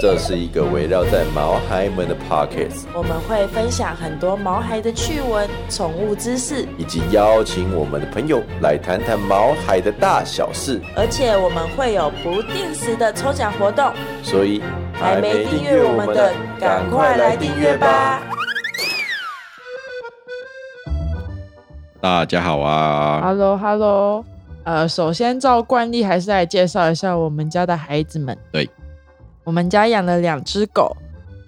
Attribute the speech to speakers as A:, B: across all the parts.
A: 这是一个围绕在毛孩们的 Pockets，
B: 我们会分享很多毛孩的趣闻、宠物知识，
A: 以及邀请我们的朋友来谈谈毛孩的大小事。
B: 而且我们会有不定时的抽奖活动。
A: 所以
B: 还没订阅我们的，赶快来订阅吧！！
A: 大家好啊，
B: Hello Hello，呃，首先照惯例还是来介绍一下我们家的孩子们。
A: 对，
B: 我们家养了两只狗，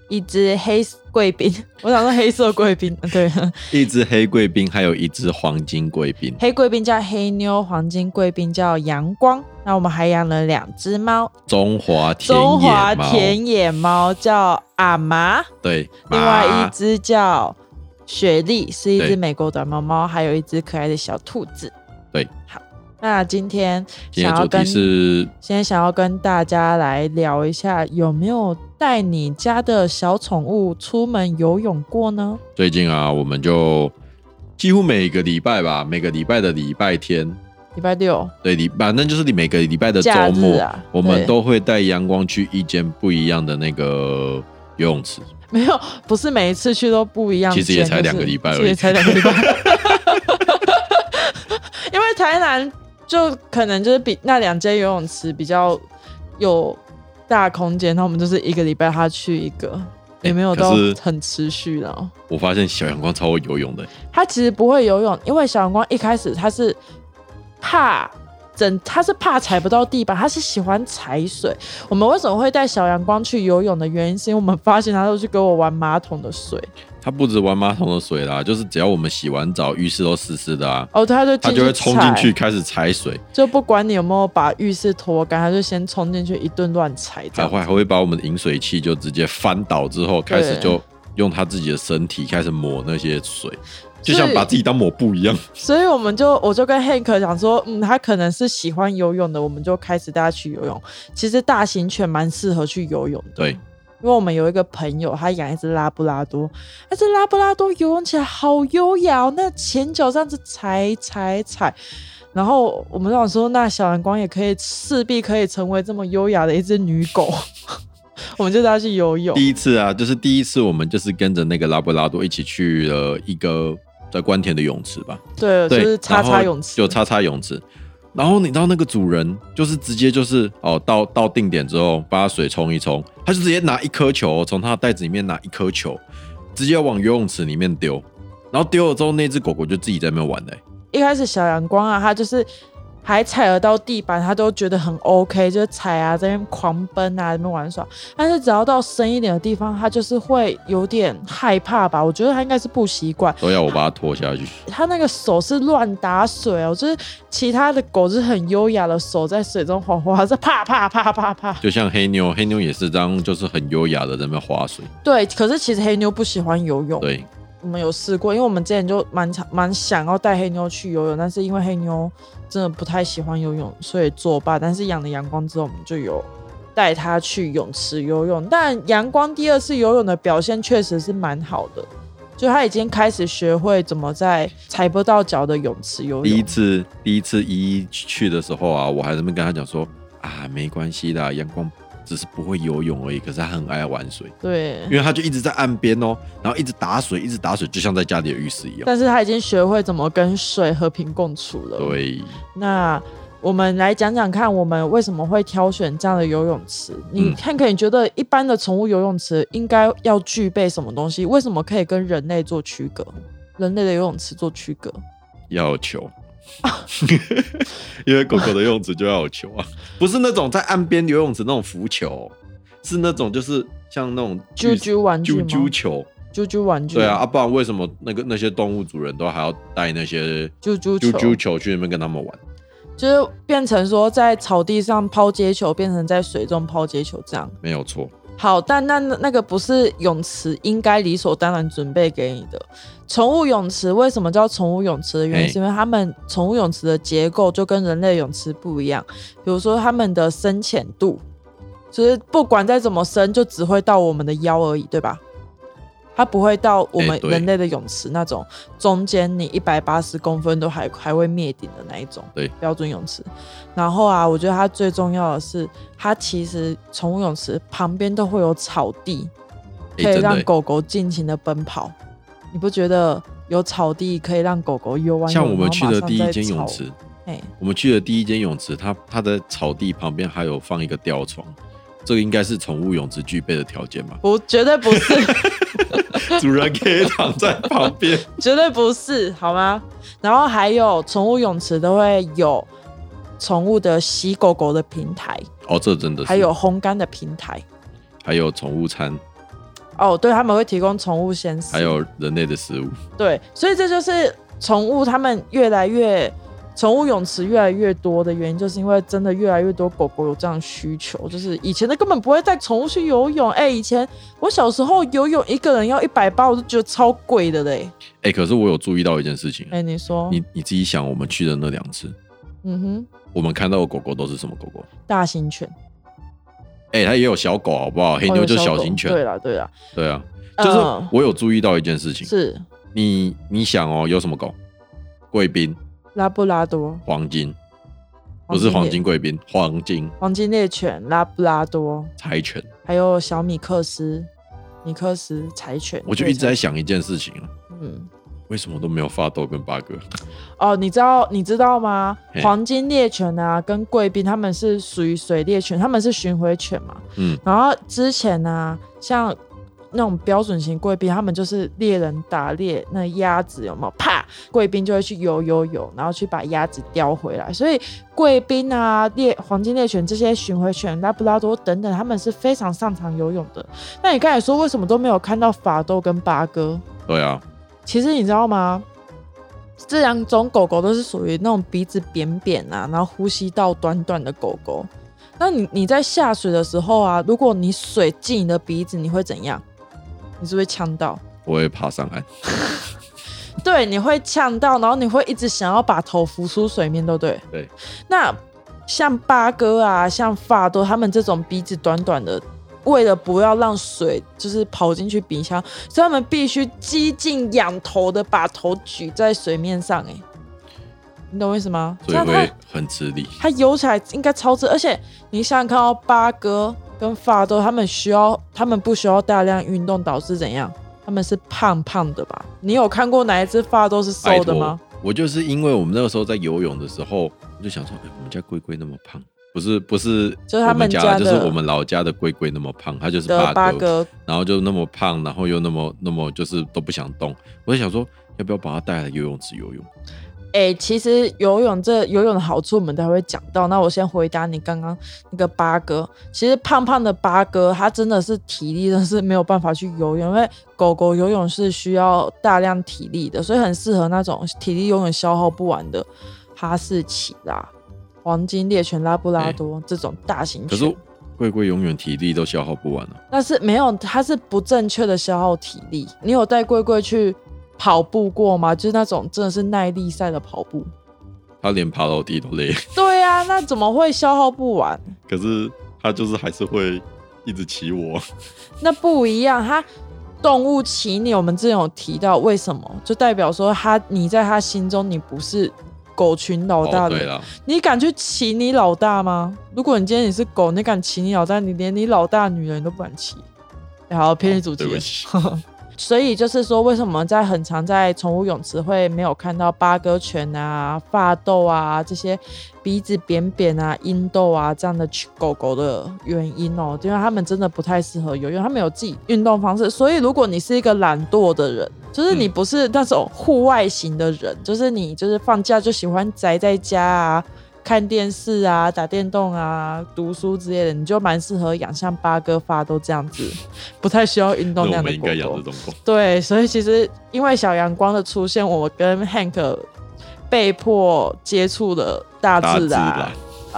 B: 一只黑贵宾， 我想说黑色贵宾， 对，
A: 一只黑贵宾，还有一只黄金贵宾。
B: 黑贵宾叫黑妞，黄金贵宾叫阳光。那我们还养了两只猫，
A: 中华田
B: 中华
A: 野猫，
B: 田野猫叫阿麻，
A: 对，
B: 另外
A: 麻
B: 一只叫雪莉，是一
A: 对
B: 只美国短毛猫，还有一只可爱的小兔子。
A: 对，
B: 好，那今天
A: 今天的主
B: 想要跟
A: 题是
B: 今天想要跟大家来聊一下，有没有带你家的小宠物出门游泳过呢？
A: 最近啊，我们就几乎每个礼拜吧，每个礼拜的礼拜天，
B: 礼拜六
A: 对，礼反正就是你每个礼拜的周
B: 假日
A: 末，
B: 啊，
A: 我们
B: 对
A: 都会带阳光去一间不一样的那个游泳池。
B: 没有，不是每一次去都不一样
A: 其
B: 圈。
A: 实也才
B: 就是
A: 两个礼拜而已
B: 其实也才两个礼拜。 因为台南就可能就是比那两间游泳池比较有大空间，那我们就是一个礼拜他去一个，
A: 哎
B: 也没有
A: 可
B: 到
A: 是
B: 很持续了。
A: 我发现小阳光超会游泳的，
B: 他其实不会游泳，因为小阳光一开始他是怕整，他是怕踩不到地板，他是喜欢踩水。我们为什么会带小阳光去游泳的原因，是因为我们发现他都去给我玩马桶的水，
A: 他不止玩马桶的水啦，就是只要我们洗完澡，浴室都湿湿的啊，
B: 哦，他就
A: 他
B: 进
A: 就会冲进
B: 踩
A: 去，开始踩水，
B: 就不管你有没有把浴室拖干，他就先冲进去一顿乱踩，这
A: 还
B: 样
A: 会还会把我们的饮水器就直接翻倒之后，开始就用他自己的身体开始抹那些水，就像把自己当抹布一样。
B: 所以我们就我就跟 Hank 讲说，嗯，他可能是喜欢游泳的，我们就开始带他去游泳。其实大型犬蛮适合去游泳的，
A: 对，
B: 因为我们有一个朋友，他养一只拉布拉多，那只拉布拉多游泳起来好优雅、哦，那前脚这样子踩踩踩。然后我们就想说，那小蓝光也可以势必可以成为这么优雅的一只女狗， 我们就带它去游泳。
A: 第一次啊，就是第一次我们就是跟着那个拉布拉多一起去了一个在关田的泳池吧，
B: 对，呃就
A: 对，
B: 是叉
A: 然
B: 叉
A: 后
B: 泳池，
A: 就叉叉泳池。然后你知道那个主人就是直接就是哦，到到定点之后，把水冲一冲，他就直接拿一颗球从他的袋子里面拿一颗球，直接往游泳池里面丢。然后丢了之后，那只狗狗就自己在那边玩欸嘞、
B: 一开始小阳光啊，他就是还踩得到地板，他都觉得很 OK，就是踩啊，在那边狂奔啊，在那边玩耍。但是只要到深一点的地方，他就是会有点害怕吧。我觉得他应该是不习惯，
A: 都要我把它拖下去。
B: 他那个手是乱打水哦，就是其他的狗是很优雅的手在水中滑滑，是啪啪啪啪啪。
A: 就像黑妞，黑妞也是这样，就是很优雅的在那边划水。
B: 对，可是其实黑妞不喜欢游泳，
A: 对，
B: 我们有试过，因为我们之前就蛮常蛮想要带黑妞去游泳，但是因为黑妞真的不太喜欢游泳，所以作罢。但是养了阳光之后，我们就有带她去泳池游泳。但阳光第二次游泳的表现确实是蛮好的，就她已经开始学会怎么在踩不到脚的泳池游
A: 第一
B: 泳。
A: 次第一次一一去的时候啊，我还在那边跟他讲说啊，没关系啦，阳光只是不会游泳而已，可是他很爱玩水，
B: 对
A: 因，为他就一直在岸边哦，然后一直打水，一直打水，就像在家里的浴室一样。
B: 但是她已经学会怎么跟水和平共处了。
A: 对，
B: 那我们来讲讲看，我们为什么会挑选这样的游泳池？你
A: 嗯
B: 看，可你觉得一般的宠物游泳池应该要具备什么东西？为什么可以跟人类做区隔？人类的游泳池做区隔？
A: 要有球。因为狗狗的游泳池就要有球啊，不是那种在岸边游泳池那种浮球，是那种就是像那种
B: 啾啾玩
A: 啾
B: 具吗？
A: 啾球，
B: 啾啾玩具？
A: 对啊，啊，不然为什么那个那些动物主人都还要带那些
B: 啾啾
A: 啾
B: 球
A: 啾球去那边跟他们玩？
B: 就是变成说在草地上抛接球，变成在水中抛接球这样。
A: 没有错，
B: 好，但那那个不是泳池应该理所当然准备给你的。宠物泳池为什么叫宠物泳池的原因，
A: 嘿
B: 是因为它们宠物泳池的结构就跟人类泳池不一样，比如说它们的深浅度。就是不管再怎么深，就只会到我们的腰而已，对吧？它不会到我们
A: 哎对
B: 人类的泳池那种、中间你一百八十公分都还还会灭顶的那一种
A: 对
B: 标准泳池。然后啊，我觉得它最重要的是，它其实宠物泳池旁边都会有草地，
A: 哎
B: 可以
A: 真的
B: 让
A: 欸
B: 狗狗尽情的奔跑。你不觉得有草地可以让狗狗游玩？
A: 像
B: 游
A: 我
B: 然
A: 们
B: 后
A: 去
B: 马
A: 的
B: 上
A: 第
B: 再
A: 一间泳
B: 草
A: 池，
B: 哎，？
A: 我们去的第一间泳池，它它的草地旁边还有放一个吊床，这个应该是宠物泳池具备的条件吧
B: 不，绝对不是，
A: 主人可以躺在旁边，
B: 绝对不是，好吗？然后还有宠物泳池都会有宠物的洗狗狗的平台，
A: 哦，这真的是
B: 还有烘干的平台。
A: 还有宠物餐，
B: 哦，对，他们会提供宠物鲜食，
A: 还有人类的食物，
B: 对，所以这就是宠物他们越来越宠物泳池越来越多的原因，就是因为真的越来越多狗狗有这样的需求，就是以前的根本不会带宠物去游泳。哎、以前我小时候游泳一个人要一百八，我都觉得超贵的嘞。
A: 哎、可是我有注意到一件事情，啊
B: 哎、你说，
A: 你你自己想，我们去的那两次，
B: 嗯哼，
A: 我们看到的狗狗都是什么狗狗？
B: 大型犬，
A: 哎、它也有小狗，好不好？黑
B: 哦
A: 妞
B: 有
A: 就是
B: 小
A: 小
B: 狗
A: 型犬，
B: 对啦，对啦，
A: 对啊，就是
B: 嗯
A: 我有注意到一件事情，
B: 是
A: 你你想哦，有什么狗？贵宾、
B: 拉布拉多，
A: 黄金，不是黄金
B: 猎
A: 贵宾，黄金
B: 黄金猎犬、拉布拉多，
A: 柴犬。
B: 还有小米克斯、米克斯柴犬。
A: 我就
B: 对
A: 一直在
B: 柴
A: 想一件事情啊，
B: 犬嗯。
A: 为什么都没有发豆跟八哥？
B: 哦，你知道你知道吗
A: 嘿？
B: 黄金猎犬啊，跟贵宾它们是属于水猎犬，它们是巡回犬嘛。
A: 嗯。
B: 然后之前呢、啊，像那种标准型贵宾，他们就是猎人打猎，那鸭子有没有？啪，贵宾就会去游游游，然后去把鸭子叼回来。所以贵宾啊、猎黄金猎犬这些巡回犬、拉布拉多等等，他们是非常擅长游泳的。那你刚才说为什么都没有看到法斗跟八哥？
A: 对啊，
B: 其实你知道吗？这两种狗狗都是属于那种鼻子扁扁啊，然后呼吸道短短的狗狗。那你你在下水的时候啊，如果你水进你的鼻子，你会怎样？你是不是会呛到？
A: 我会爬上岸。
B: 对，你会呛到，然后你会一直想要把头浮出水面，对不对？
A: 对。
B: 那像八哥啊，像发多他们这种鼻子短短的，为了不要让水就是跑进去鼻腔，所以他们必须激进仰头的把头举在水面上、欸。哎，你懂我意思吗？
A: 所以
B: 这样
A: 会很吃力。
B: 它它游起来应该超值，而且你想想看到八哥跟发多，他们需要他们不需要大量运动，导致怎样？他们是胖胖的吧？你有看过哪一只发都是
A: 拜
B: 瘦的吗
A: 托？，我就是因为我们那个时候在游泳的时候，我就想说，哎、我们家龟龟那么胖，不是不是，
B: 就是
A: 我
B: 他
A: 们
B: 们
A: 家
B: 家的
A: 就是我们老家的龟龟那么胖，它就是
B: 的八
A: 八哥，
B: 哥
A: 然后就那么胖，然后又那么那么就是都不想动。我就想说，要不要把它带来游泳池游泳？
B: 哎、其实游泳这游泳的好处我们待会讲到。那我先回答你刚刚那个八哥，其实胖胖的八哥，它真的是体力真的是没有办法去游泳，因为狗狗游泳是需要大量体力的，所以很适合那种体力永远消耗不完的哈士奇啦、黄金猎犬、拉布拉多、这种大型
A: 嗯可
B: 犬。
A: 是龟龟永远体力都消耗不完啊。
B: 但是没有，它是不正确的消耗体力。你有带龟龟去跑步过吗？就是那种真的是耐力赛的跑步。
A: 它连爬楼梯都累，
B: 对啊，那怎么会消耗不完？
A: 可是它就是还是会一直骑我。
B: 那不一样，它动物骑你，我们之前有提到，为什么？就代表说它你在它心中你不是狗群老大
A: 哦，
B: 的
A: 对了，
B: 你敢去骑你老大吗？如果你今天你是狗，你敢骑你老大，你连你老大的女人都不敢骑。哎好，偏离主题
A: 哦对
B: 了
A: 不。 起，啊
B: 所以就是说，为什么在很常在宠物泳池会没有看到八哥犬啊、发豆啊这些鼻子扁扁啊、英豆啊这样的犬狗狗的原因哦，因为它们真的不太适合游泳，它们有自己运动方式。所以如果你是一个懒惰的人，就是
A: 嗯
B: 你不是那种户外型的人，就是你就是放假就喜欢宅在家啊。看电视啊，打电动啊，读书之类的，你就蛮适合养像八哥、发豆这样子，不太需要运
A: 那
B: 动那
A: 我
B: 样的
A: 们应
B: 狗狗。
A: 该养这种狗。
B: 对，所以其实因为小阳光的出现，我跟 Hank 被迫接触了大
A: 大
B: 自
A: 自
B: 然
A: 然。。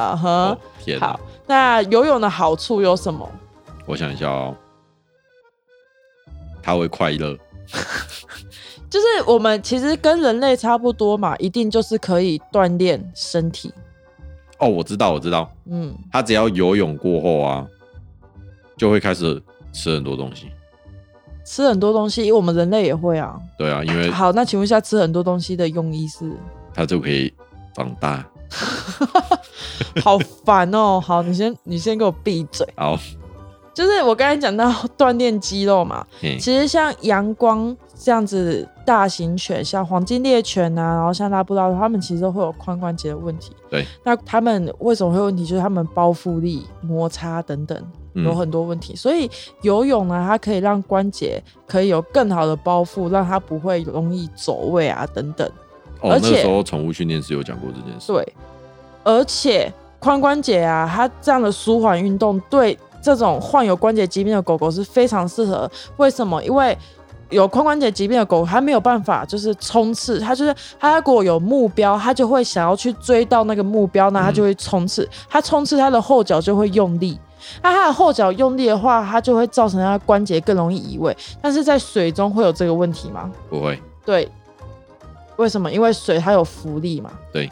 B: 啊
A: 哦
B: 哈，，
A: 天哪
B: 好！，那游泳的好处有什么？
A: 我想一下哦，它会快乐，
B: 就是我们其实跟人类差不多嘛，一定就是可以锻炼身体。
A: 哦，我知道，我知道，
B: 嗯，
A: 他只要游泳过后啊，就会开始吃很多东西。
B: 吃很多东西，我们人类也会啊。
A: 对啊，因为
B: 好，那请问一下，吃很多东西的用 意是？
A: 它就可以长大。
B: 好烦哦、好，你先你先给我闭嘴。
A: 好，
B: 就是我刚才讲到锻炼肌肉嘛，
A: 嘿，
B: 其实像阳光这样子大型犬，像黄金猎犬啊，然后像拉布拉多，它们其实都会有髋关节的问题。
A: 对，
B: 那它们为什么会有问题？就是它们包覆力、摩擦等等有
A: 嗯，
B: 很多问题。所以游泳呢，它可以让关节可以有更好的包覆，让它不会容易走位啊等等。
A: 哦
B: 而，
A: 那
B: 且
A: 时候宠物训练师有讲过这件事。
B: 对，而且髋关节啊，它这样的舒缓运动对这种患有关节疾病的狗狗是非常适合。为什么？因为有髋关节疾病的狗，它没有办法就是冲刺，它就是它如果有目标，它就会想要去追到那个目标，那它
A: 嗯
B: 就会冲刺。它冲刺，它的后脚就会用力。那它的后脚用力的话，它就会造成它的关节更容易移位。但是在水中会有这个问题吗？
A: 不会，
B: 对，为什么？因为水它有浮力嘛。
A: 对。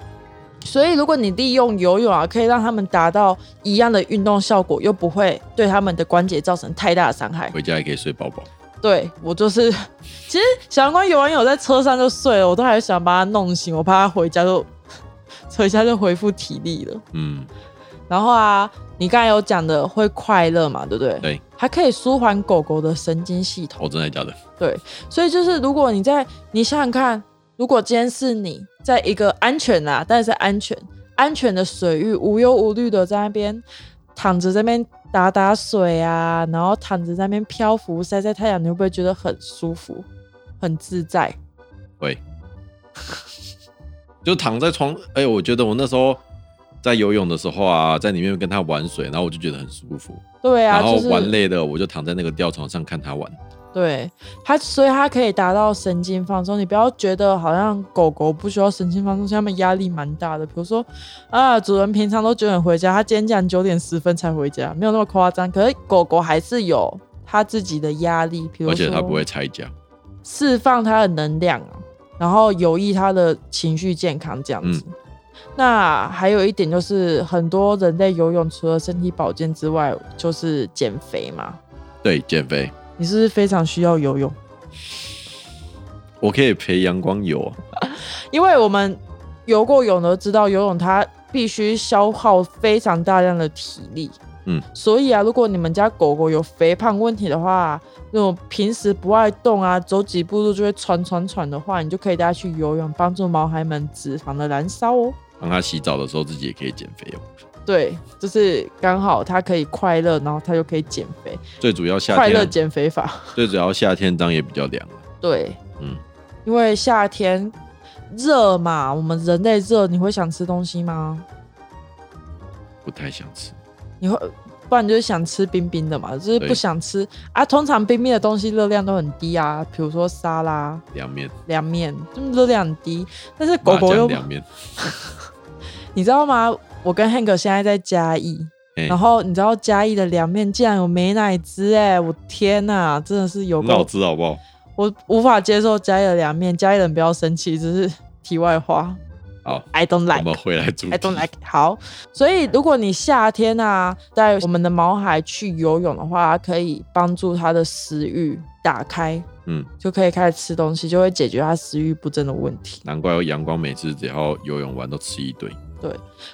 B: 所以，如果你利用游泳啊，可以让他们达到一样的运动效果，又不会对他们的关节造成太大的伤害。
A: 回家也可以睡饱饱。
B: 对我就是， 其实小阳光游完泳在车上就睡了，我都还想把它弄醒，我怕它回家就 回家就恢复体力了。
A: 嗯，
B: 然后啊，你刚才有讲的会快乐嘛，对不对？
A: 对，
B: 还可以舒缓狗狗的神经系统。
A: 哦，真的假的？
B: 所以就是，如果你在，你想想看，如果今天是你在一个安全啦、但是安全安全的水域，无忧无虑的在那边躺着，这边打打水啊，然后躺着在那边漂浮，晒晒太阳，你会不会觉得很舒服、很自在？
A: 会， 就躺在床。哎、我觉得我那时候在游泳的时候啊，在里面跟它玩水，然后我就觉得很舒服。
B: 对啊，
A: 然后
B: 就是
A: 玩累了，我就躺在那个吊床上看它玩。
B: 对它，所以它可以达到神经放松。你不要觉得好像狗狗不需要神经放松，像它们压力蛮大的。比如说啊，主人平常都九点回家，它今天竟然九点十分才回家，没有那么夸张。可是狗狗还是有它自己的压力，比如
A: 而且它
B: 说
A: 不会拆家。
B: 释放它的能量啊，然后有益它的情绪健康这样子。
A: 嗯
B: 那还有一点就是，很多人类游泳除了身体保健之外，就是减肥嘛。
A: 对，减肥，
B: 你是不是非常需要游泳？
A: 我可以陪阳光游啊。
B: 因为我们游过泳的知道，游泳它必须消耗非常大量的体力。
A: 嗯，
B: 所以啊，如果你们家狗狗有肥胖问题的话，那种平时不爱动啊，走几步路就会喘喘喘的话，你就可以带它去游泳，帮助毛孩们脂肪的燃烧哦。
A: 让它洗澡的时候自己也可以减肥哦。
B: 对，就是刚好它可以快乐，然后它又可以减肥，
A: 最主要夏
B: 快乐
A: 天，
B: 减肥法。
A: 最主要夏天当然也比较凉。
B: 对，
A: 嗯
B: 嗯，因为夏天热嘛，我们人类热，你会想吃东西吗？
A: 不太想吃。
B: 你会，不然就是想吃冰冰的嘛，就是
A: 对
B: 不想吃啊。通常冰冰的东西热量都很低啊，比如说沙拉、
A: 凉面，
B: 凉面，就是热量很低。但是狗狗
A: 麻酱
B: 又，
A: 凉面，
B: 你知道吗？我跟 Hank 现在在嘉义，
A: 哎
B: 然后你知道嘉义的凉面竟然有美乃滋哎、我天呐，真的是有
A: 很好
B: 够，
A: 吃好不好？
B: 我无法接受嘉义的凉面。嘉义人不要生气，只是题外话
A: 好，
B: ，I don't
A: 我
B: like。
A: 们回来主题
B: I。don't like it。好，所以如果你夏天啊，带我们的毛孩去游泳的话，可以帮助他的食欲打开，
A: 嗯，
B: 就可以开始吃东西，就会解决他食欲不振的问题。
A: 难怪阳光每次只要游泳完都吃一堆。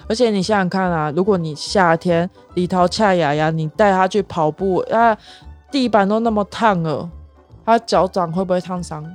B: 而且你想想看啊，如果你夏天李桃恰雅雅，你带他去跑步，那、地板都那么烫了，他脚掌会不会烫伤？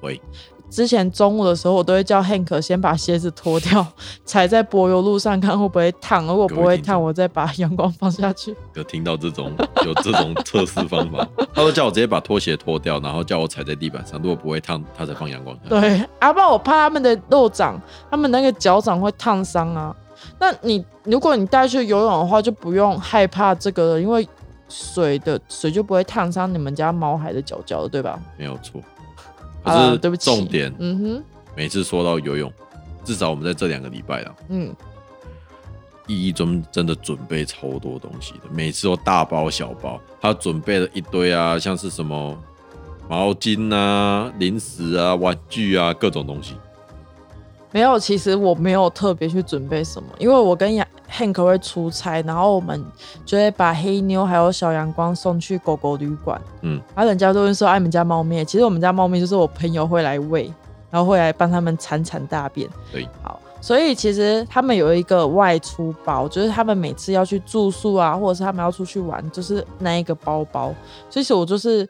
A: 会。
B: 之前中午的时候，我都会叫 Hank 先把鞋子脱掉， 踩在柏油路上看会不会烫。如果不
A: 各位
B: 会
A: 听
B: 烫，
A: 众
B: 我再把阳光放下去。
A: 有听到这种有这种测试方法，他都叫我直接把拖鞋脱掉，然后叫我踩在地板上，如果不会烫，他才放阳光下。
B: 对，阿爸，我怕他们的肉掌，他们那个脚掌会烫伤啊。那你如果你带去游泳的话，就不用害怕这个了，因为水的水就不会烫伤你们家毛孩的脚脚了，对吧？
A: 没有错。
B: 啊
A: 可是
B: 对不起
A: 重点，
B: 嗯哼，
A: 每次说到游泳，至少我们在这两个礼拜啊，
B: 嗯，
A: 意义真真的准备超多东西的，每次都大包小包，他准备了一堆啊，像是什么毛巾啊、零食啊、玩具啊，各种东西。
B: 没有，其实我没有特别去准备什么，因为我跟雅 Hank 会出差，然后我们就会把黑妞还有小阳光送去狗狗旅馆。
A: 嗯，
B: 然后人家都会说：“哎、啊，你们家猫咪。”其实我们家猫咪就是我朋友会来喂，然后会来帮他们铲铲大便。
A: 对，
B: 好，所以其实他们有一个外出包，就是他们每次要去住宿啊，或者是他们要出去玩，就是那一个包包。所以其实我就是。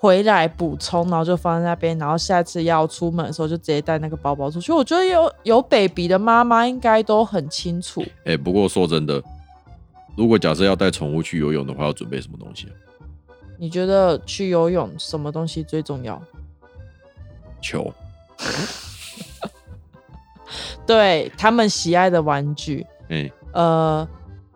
B: 回来补充，然后就放在那边，然后下次要出门的时候就直接带那个包包出去。我觉得有有 baby 的妈妈应该都很清楚，
A: 哎、不过说真的，如果假设要带宠物去游泳的话，要准备什么东西啊？
B: 你觉得去游泳什么东西最重要？
A: 球，
B: 对他们喜爱的玩具，
A: 哎、
B: 呃，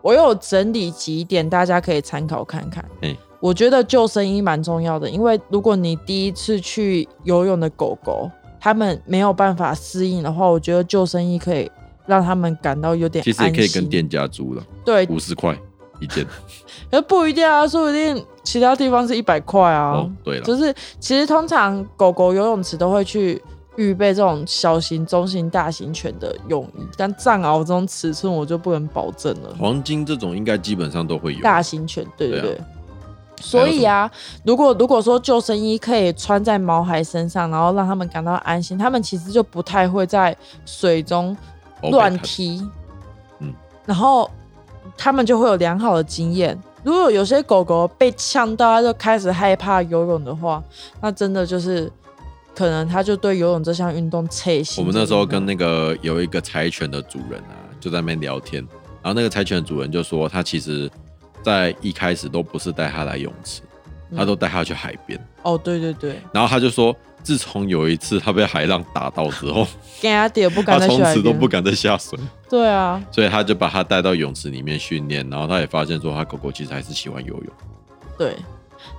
B: 我有整理几点，大家可以参考看看。
A: 嗯
B: 我觉得救生衣蛮重要的，因为如果你第一次去游泳的狗狗，他们没有办法适应的话，我觉得救生衣可以让他们感到有点
A: 其实也
B: 安
A: 可以
B: 心。
A: 跟店家租了，
B: 对，
A: 五十块一件。
B: 可不一定啊，说不定其他地方是一百块啊。
A: 哦，对了，
B: 就是其实通常狗狗游泳池都会去预备这种小型、中型、大型犬的泳衣，但藏獒这种尺寸我就不能保证了。
A: 黄金这种应该基本上都会有。
B: 大型犬，对对
A: 对
B: 对。
A: 啊
B: 所以啊，如果如果说救生衣可以穿在毛孩身上，然后让他们感到安心，他们其实就不太会在水中
A: 哦
B: 乱
A: 被看
B: 踢，
A: 嗯
B: 然后他们就会有良好的经验。如果有些狗狗被呛到，它就开始害怕游泳的话，那真的就是可能它就对游泳这项运动侧心。
A: 我们那时候跟那个有一个柴犬的主人啊，就在那边聊天，然后那个柴犬的主人就说，他其实在一开始都不是带他来泳池，
B: 嗯
A: 他都带他去海边，
B: 哦，对 对对，
A: 然后他就说，自从有一次他被海浪打到之后，
B: 跟阿爹不
A: 他
B: 敢再
A: 从
B: 去海
A: 此都
B: 边
A: 不敢再下水，
B: 对啊，
A: 所以他就把他带到泳池里面训练，然后他也发现说，他狗狗其实还是喜欢游泳。
B: 对，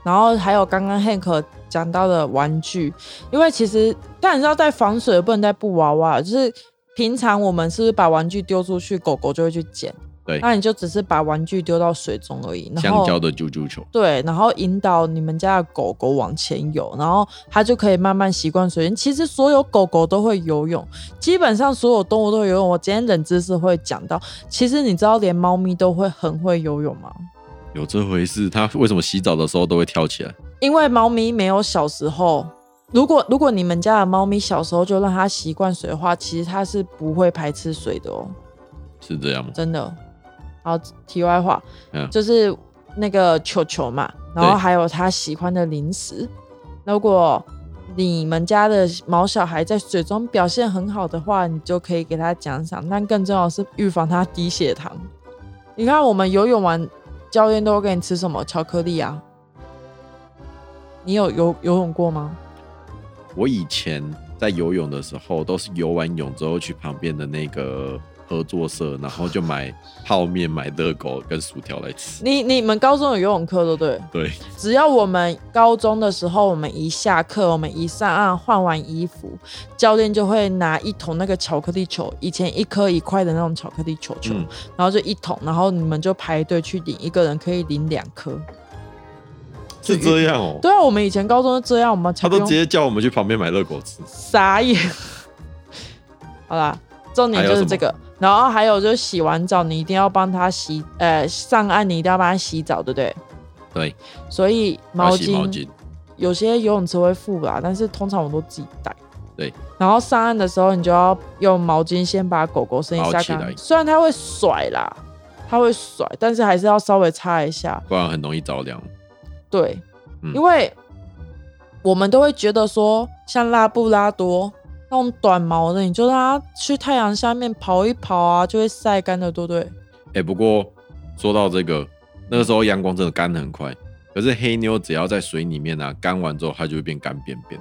B: 然后还有刚刚 Hank 讲到的玩具，因为其实当然是要带防水的，不能带布娃娃。就是平常我们是不是把玩具丢出去，狗狗就会去捡？
A: 对
B: 那你就只是把玩具丢到水中而已，然
A: 香
B: 后
A: 蕉的啾啾球，
B: 对，然后引导你们家的狗狗往前游，然后它就可以慢慢习惯水性。其实所有狗狗都会游泳，基本上所有动物都会游泳。我今天冷知识会讲到，其实你知道连猫咪都会很会游泳吗？
A: 有这回事？他为什么洗澡的时候都会跳起来？
B: 因为猫咪没有小时候，如果如果你们家的猫咪小时候就让它习惯水的话，其实它是不会排斥水的哦，
A: 是这样吗？
B: 真的。好，题外话，
A: 嗯
B: 就是那个球球嘛，然后
A: 对
B: 还有它喜欢的零食。如果你们家的毛小孩在水中表现很好的话，你就可以给它奖赏，但更重要的是预防它低血糖。你看，我们游泳完，教练都会给你吃什么？巧克力啊？你有游游泳过吗？
A: 我以前在游泳的时候，都是游完泳之后去旁边的那个合作社，然后就买泡面、买热狗跟薯条来吃。
B: 你你们高中有游泳课对不对？
A: 对，
B: 只要我们高中的时候，我们一下课，我们一上岸换完衣服，教练就会拿一桶那个巧克力球，以前一颗一块的那种巧克力球球，
A: 嗯
B: 然后就一桶，然后你们就排队去领，一个人可以领两颗。
A: 是这样哦、
B: 对啊，我们以前高中是这样，我们才
A: 他
B: 不
A: 都
B: 用
A: 直接叫我们去旁边买热狗吃。
B: 傻眼。 好啦，重点就是这个。然后还有就是洗完澡，你一定要帮他洗，呃，上岸你一定要帮他洗澡，对不对？
A: 对，
B: 所以
A: 要
B: 毛
A: 洗
B: 巾，
A: 毛巾，
B: 有些游泳池会附啦，但是通常我都自己带。
A: 对，
B: 然后上岸的时候，你就要用毛巾先把狗狗身体
A: 包
B: 下
A: 起来
B: 干，虽然它会甩啦，它会甩，但是还是要稍微擦一下。
A: 不然很容易着凉。
B: 对，
A: 嗯
B: 因为我们都会觉得说，像拉布拉多那种短毛的，你就让它去太阳下面跑一跑啊，就会晒干的，对不对？
A: 哎、不过说到这个，那个时候阳光真的干得很快，可是黑妞只要在水里面啊，干完之后它就会变干扁扁。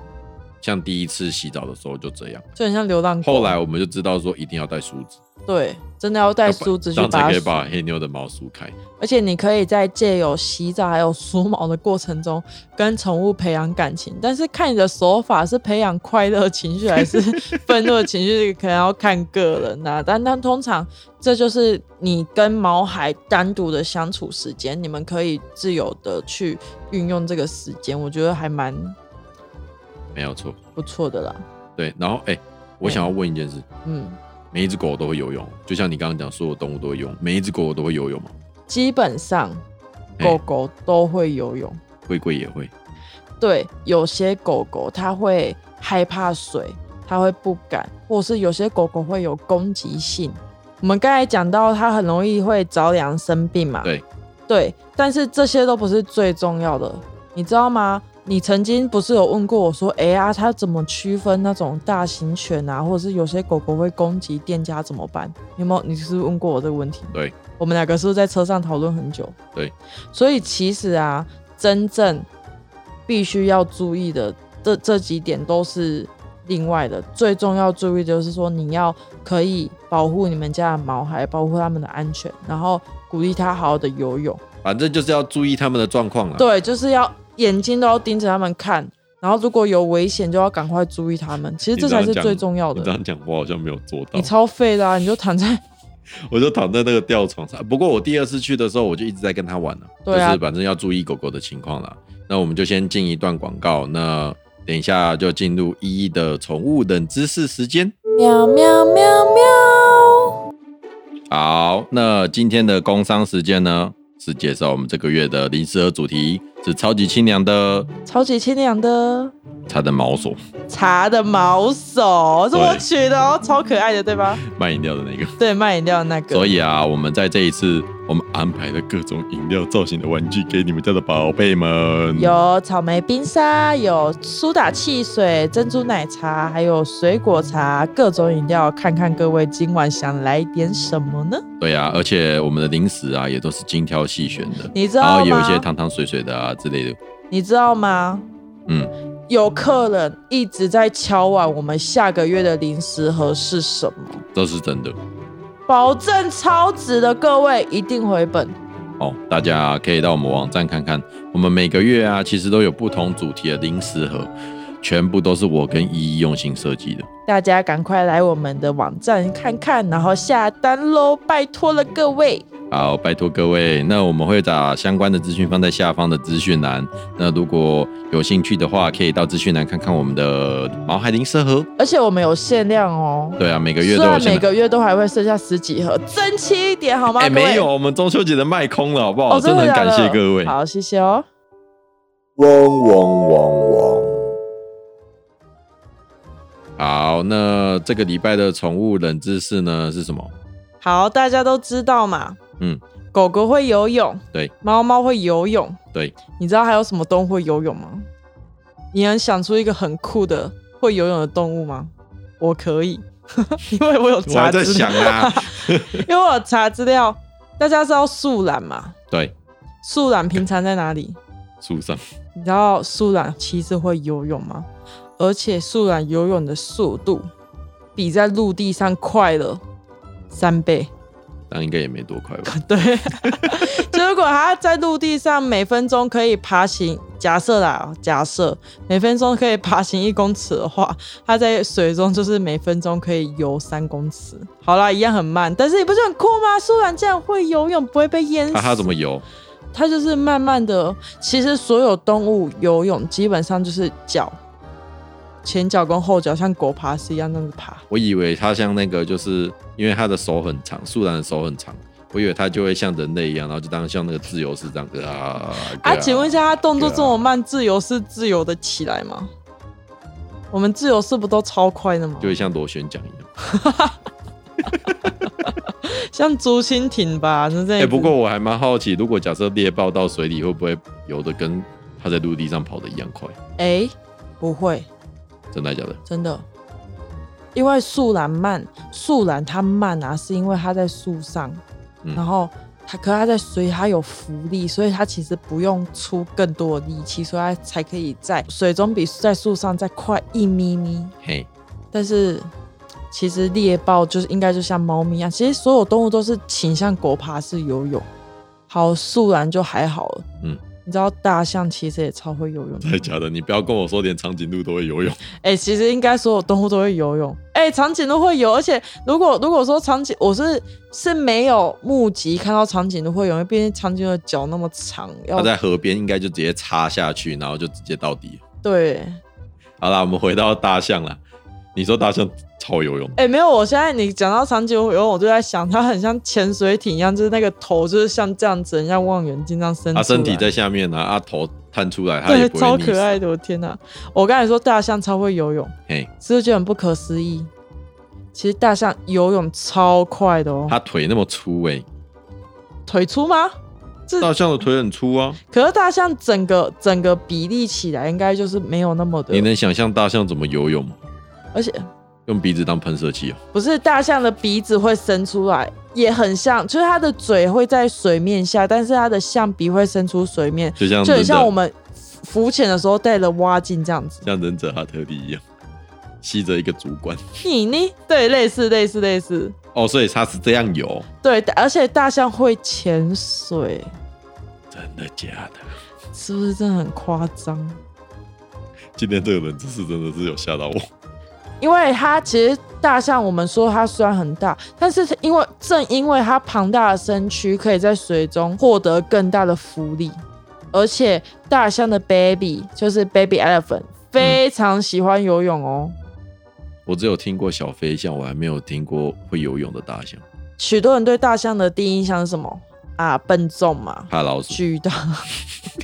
A: 像第一次洗澡的时候就这样，
B: 就很像流浪狗。
A: 后来我们就知道说一定要带梳子，
B: 对，真的要带梳子去
A: 这样才
B: 把
A: 可
B: 它
A: 以把黑妞的毛梳开。
B: 而且你可以在借由洗澡还有梳毛的过程中，跟宠物培养感情。但是看你的手法是培养快乐情绪还是 愤怒的情绪，可能要看个人呐、但但通常这就是你跟毛孩单独的相处时间，你们可以自由的去运用这个时间，我觉得还蛮
A: 没有错，
B: 不错的啦。
A: 对。然后哎、我想要问一件事，
B: 嗯，
A: 每一只狗都会游泳，就像你刚刚讲，所有动物都会游泳，每一只狗都会游泳嘛？
B: 基本上
A: 嘿
B: 狗狗都会游泳。
A: 龟龟也会，
B: 对，有些狗狗它会害怕水，它会不敢，或是有些狗狗会有攻击性。我们刚才讲到，它很容易会着凉生病嘛。
A: 对
B: 对，但是这些都不是最重要的，你知道吗？你曾经不是有问过我说，哎呀、它怎么区分那种大型犬啊，或者是有些狗狗会攻击店家怎么办？你有没有？你是不是问过我这个问题？
A: 对，
B: 我们两个是不是在车上讨论很久？
A: 对，
B: 所以其实啊，真正必须要注意的这这几点都是另外的，最重要注意的就是说你要可以保护你们家的毛孩，保护他们的安全，然后鼓励他好好的游泳。
A: 反正就是要注意它们的状况了。
B: 对，就是要眼睛都要盯着他们看，然后如果有危险就要赶快注意他们。其实这才是最重要
A: 你这
B: 的。
A: 样讲，我好像没有做到
B: 你。超废的、啊，你就躺在
A: 我就躺在那个吊床上。不过我第二次去的时候，我就一直在跟他玩了、
B: 对啊
A: 就是反正要注意狗狗的情况啦。那我们就先进一段广告，那等一下就进入一一的宠物冷知识时间。
B: 喵喵喵喵。
A: 好，那今天的工商时间呢，是介绍我们这个月的零食盒主题是超级清凉的
B: 超级清凉的
A: 它的毛索
B: 茶的毛手，是我
A: 对
B: 取的哦，超可爱的，对吧？
A: 卖饮料的那个。
B: 对，卖饮料的那个。
A: 所以啊，我们在这一次，我们安排了各种饮料造型的玩具给你们家的宝贝们。
B: 有草莓冰沙，有苏打汽水、珍珠奶茶，还有水果茶，各种饮料。看看各位今晚想来点什么呢？
A: 对啊，而且我们的零食啊，也都是精挑细选的。
B: 你知
A: 然
B: 道
A: 后
B: 吗？
A: 哦有一些糖糖水水的啊之类的，
B: 你知道吗？
A: 嗯，
B: 有客人一直在敲碗，我们下个月的零食盒是什么？
A: 都是真的
B: 保证超值的，各位一定回本。
A: 哦。大家可以到我们网站看看，我们每个月啊，其实都有不同主题的零食盒，全部都是我跟依依用心设计的。
B: 大家赶快来我们的网站看看，然后下单喽！拜托了各位。
A: 好，拜托各位，那我们会把相关的资讯放在下方的资讯栏。那如果有兴趣的话，可以到资讯栏看看我们的毛海零食盒。
B: 而且我们有限量哦，
A: 对啊，每个
B: 虽
A: 月都有
B: 然
A: 限
B: 每
A: 量。
B: 个月都还会剩下十几盒，争气一点好吗？
A: 哎、
B: 各位
A: 没有，我们中秋节的卖空了，好不好？
B: 哦，
A: 真
B: 的
A: 很
B: 假
A: 感
B: 的
A: 谢各位。
B: 好，谢谢哦。
A: 嗡嗡嗡嗡。好，那这个礼拜的宠物冷知识呢是什么？
B: 好，大家都知道嘛，
A: 嗯，
B: 狗狗会游泳，
A: 对，
B: 猫猫会游泳，
A: 对，
B: 你知道还有什么动物会游泳吗？你能想出一个很酷的会游泳的动物吗？我可以， 因为我有
A: 我还
B: 查资
A: 在
B: 料
A: 想，啊，
B: 因为我有查资料，大家知道树懒嘛？
A: 对，
B: 树懒平常在哪里？
A: 树上
B: 你知道树懒其实会游泳吗？而且树懒游泳的速度比在陆地上快了三倍。
A: 那应该也没多快吧？
B: 对， 就如果它在陆地上每分钟可以爬行，假设啦，假设每分钟可以爬行一公尺的话，它在水中就是每分钟可以游三公尺。好啦，一样很慢，但是你不是很酷吗？树懒竟然会游泳，不会被淹死。
A: 哈哈，怎么 游？
B: 它就是慢慢的，其实所有动物游泳基本上就是脚，前脚跟后脚像狗爬式一样那样子爬。
A: 我以为它像那个，就是因为它的手很长，树懒的手很长，我以为它就会像人类一样，然后就当像那个自由式这样子啊。
B: 啊，请问一
A: 下，
B: 下，它动作
A: 对啊
B: 这么慢，自由式自由的起来吗？我们自由式不都超快的吗
A: 就？会像螺旋桨一样。
B: 像竹蜻蜓吧，是这
A: 哎、
B: 样子。
A: 不过我还蛮好奇，如果假设猎豹到水里，会不会游的跟它在陆地上跑的一样快？
B: 哎、不会，
A: 真的假的？
B: 真的，因为树懒慢，树懒它慢啊，是因为它在树上，
A: 嗯
B: 然后它可它在水里它有浮力，所以它其实不用出更多的力气，所以它才可以在水中比在树上再快一咪咪。
A: 嘿，
B: 但是其实猎豹就是应该就像猫咪一样，其实所有动物都是倾向狗爬式游泳。好，树懒就还好了。
A: 嗯，
B: 你知道大象其实也超会游泳的
A: 真。的假的？你不要跟我说连长颈鹿都会游泳，
B: 哎、其实应该所有动物都会游泳。哎、长颈鹿会游，而且如果如果说长颈，我是是没有目击看到长颈鹿会游，因为毕竟长颈鹿的脚那么长，要
A: 它在河边应该就直接插下去，然后就直接到底。
B: 对
A: 好啦，我们回到大象啦。你说大象超游泳，
B: 哎、没有，我现在你讲到长颈鹿游泳，我就在想，它很像潜水艇一样，就是那个头就是像这样子，很像望远镜这样伸出
A: 它
B: 来。
A: 身体在下面啊，啊头探出来，它也
B: 对，
A: 不会
B: 超
A: 溺
B: 可
A: 死。
B: 爱的，我天哪！我刚才说大象超会游泳，
A: 嘿，
B: 是不是觉得很不可思议？其实大象游泳超快的哦，
A: 它腿那么粗诶、
B: 腿粗吗？是
A: 大象的腿很粗啊，
B: 可是大象整个整个比例起来，应该就是没有那么
A: 你
B: 的，
A: 能想象大象怎么游泳吗？
B: 而且
A: 用鼻子当喷射器哦、
B: 不是大象的鼻子会伸出来，也很像，就是它的嘴会在水面下，但是它的象鼻会伸出水面，
A: 就像
B: 就很
A: 忍者
B: 像我们浮浮潜的时候带了蛙镜这样子。
A: 像忍者哈特利一样，吸着一个主管。
B: 你呢？对，类似类似类似，
A: 哦，所以它是这样游，
B: 对，而且大象会潜水，
A: 真的假的？
B: 是不是真的很夸张？
A: 今天这个冷知识真的是有吓到我。
B: 因为它其实大象，我们说它虽然很大，但是因为正因为它庞大的身躯，可以在水中获得更大的浮力，而且大象的 baby 就是 baby elephant 非常喜欢游泳哦。
A: 我只有听过小飞象，我还没有听过会游泳的大象、
B: 许多人对大象的第一印象是什么啊？笨重嘛，
A: 怕老鼠。
B: 巨大，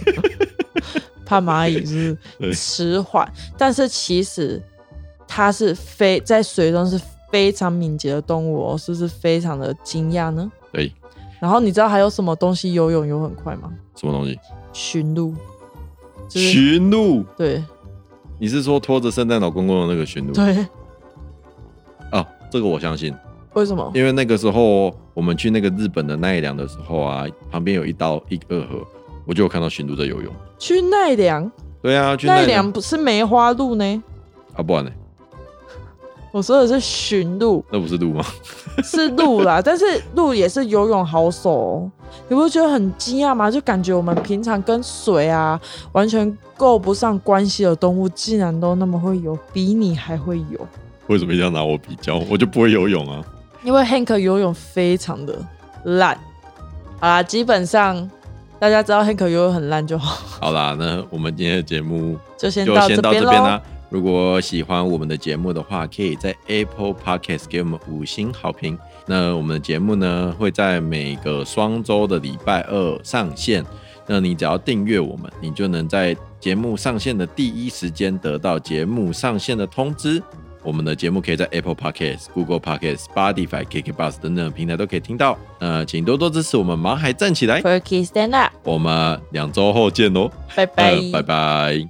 B: 怕蚂蚁是不
A: 对
B: 是迟缓，但是其实它是非在水中是非常敏捷的动物哦，是不是非常的惊讶呢？
A: 对，
B: 然后你知道还有什么东西游泳游很快吗？
A: 什么东西？
B: 驯鹿，就是
A: 驯鹿？
B: 对
A: 你是说拖着圣诞老公公的那个驯鹿？
B: 对，
A: 啊，这个我相信，
B: 为什么？
A: 因为那个时候我们去那个日本的奈良的时候啊，旁边有一道一个河，我就有看到驯鹿在游泳。
B: 去奈良，
A: 对啊，去
B: 奈
A: 奈
B: 良不是梅花鹿呢？
A: 啊，不然呢？
B: 我说的是驯鹿，
A: 那不是鹿吗？
B: 是鹿啦，但是鹿也是游泳好手、哦，你不觉得很惊讶吗？就感觉我们平常跟水啊完全够不上关系的动物，竟然都那么会游，比你还会游。
A: 为什么一定要拿我比较？我就不会游泳啊。
B: 因为 Hank 游泳非常的烂，好啦，基本上大家知道 Hank 游泳很烂就好，
A: 好啦，那我们今天的节目
B: 就先
A: 就
B: 到
A: 先
B: 这
A: 到
B: 边
A: 这
B: 喽
A: 边。啊啦。如果喜欢我们的节目的话，可以在 Apple Podcast 给我们五星好评。那我们的节目呢，会在每个双周的礼拜二上线。那你只要订阅我们，你就能在节目上线的第一时间得到节目上线的通知。我们的节目可以在 Apple Podcast、Google Podcast、Spotify、KK Bus 等等的平台都可以听到。那请多多支持我们，毛孩站起来！
B: Perky stand up，
A: 我们两周后见喽，
B: 拜拜，
A: 呃拜拜。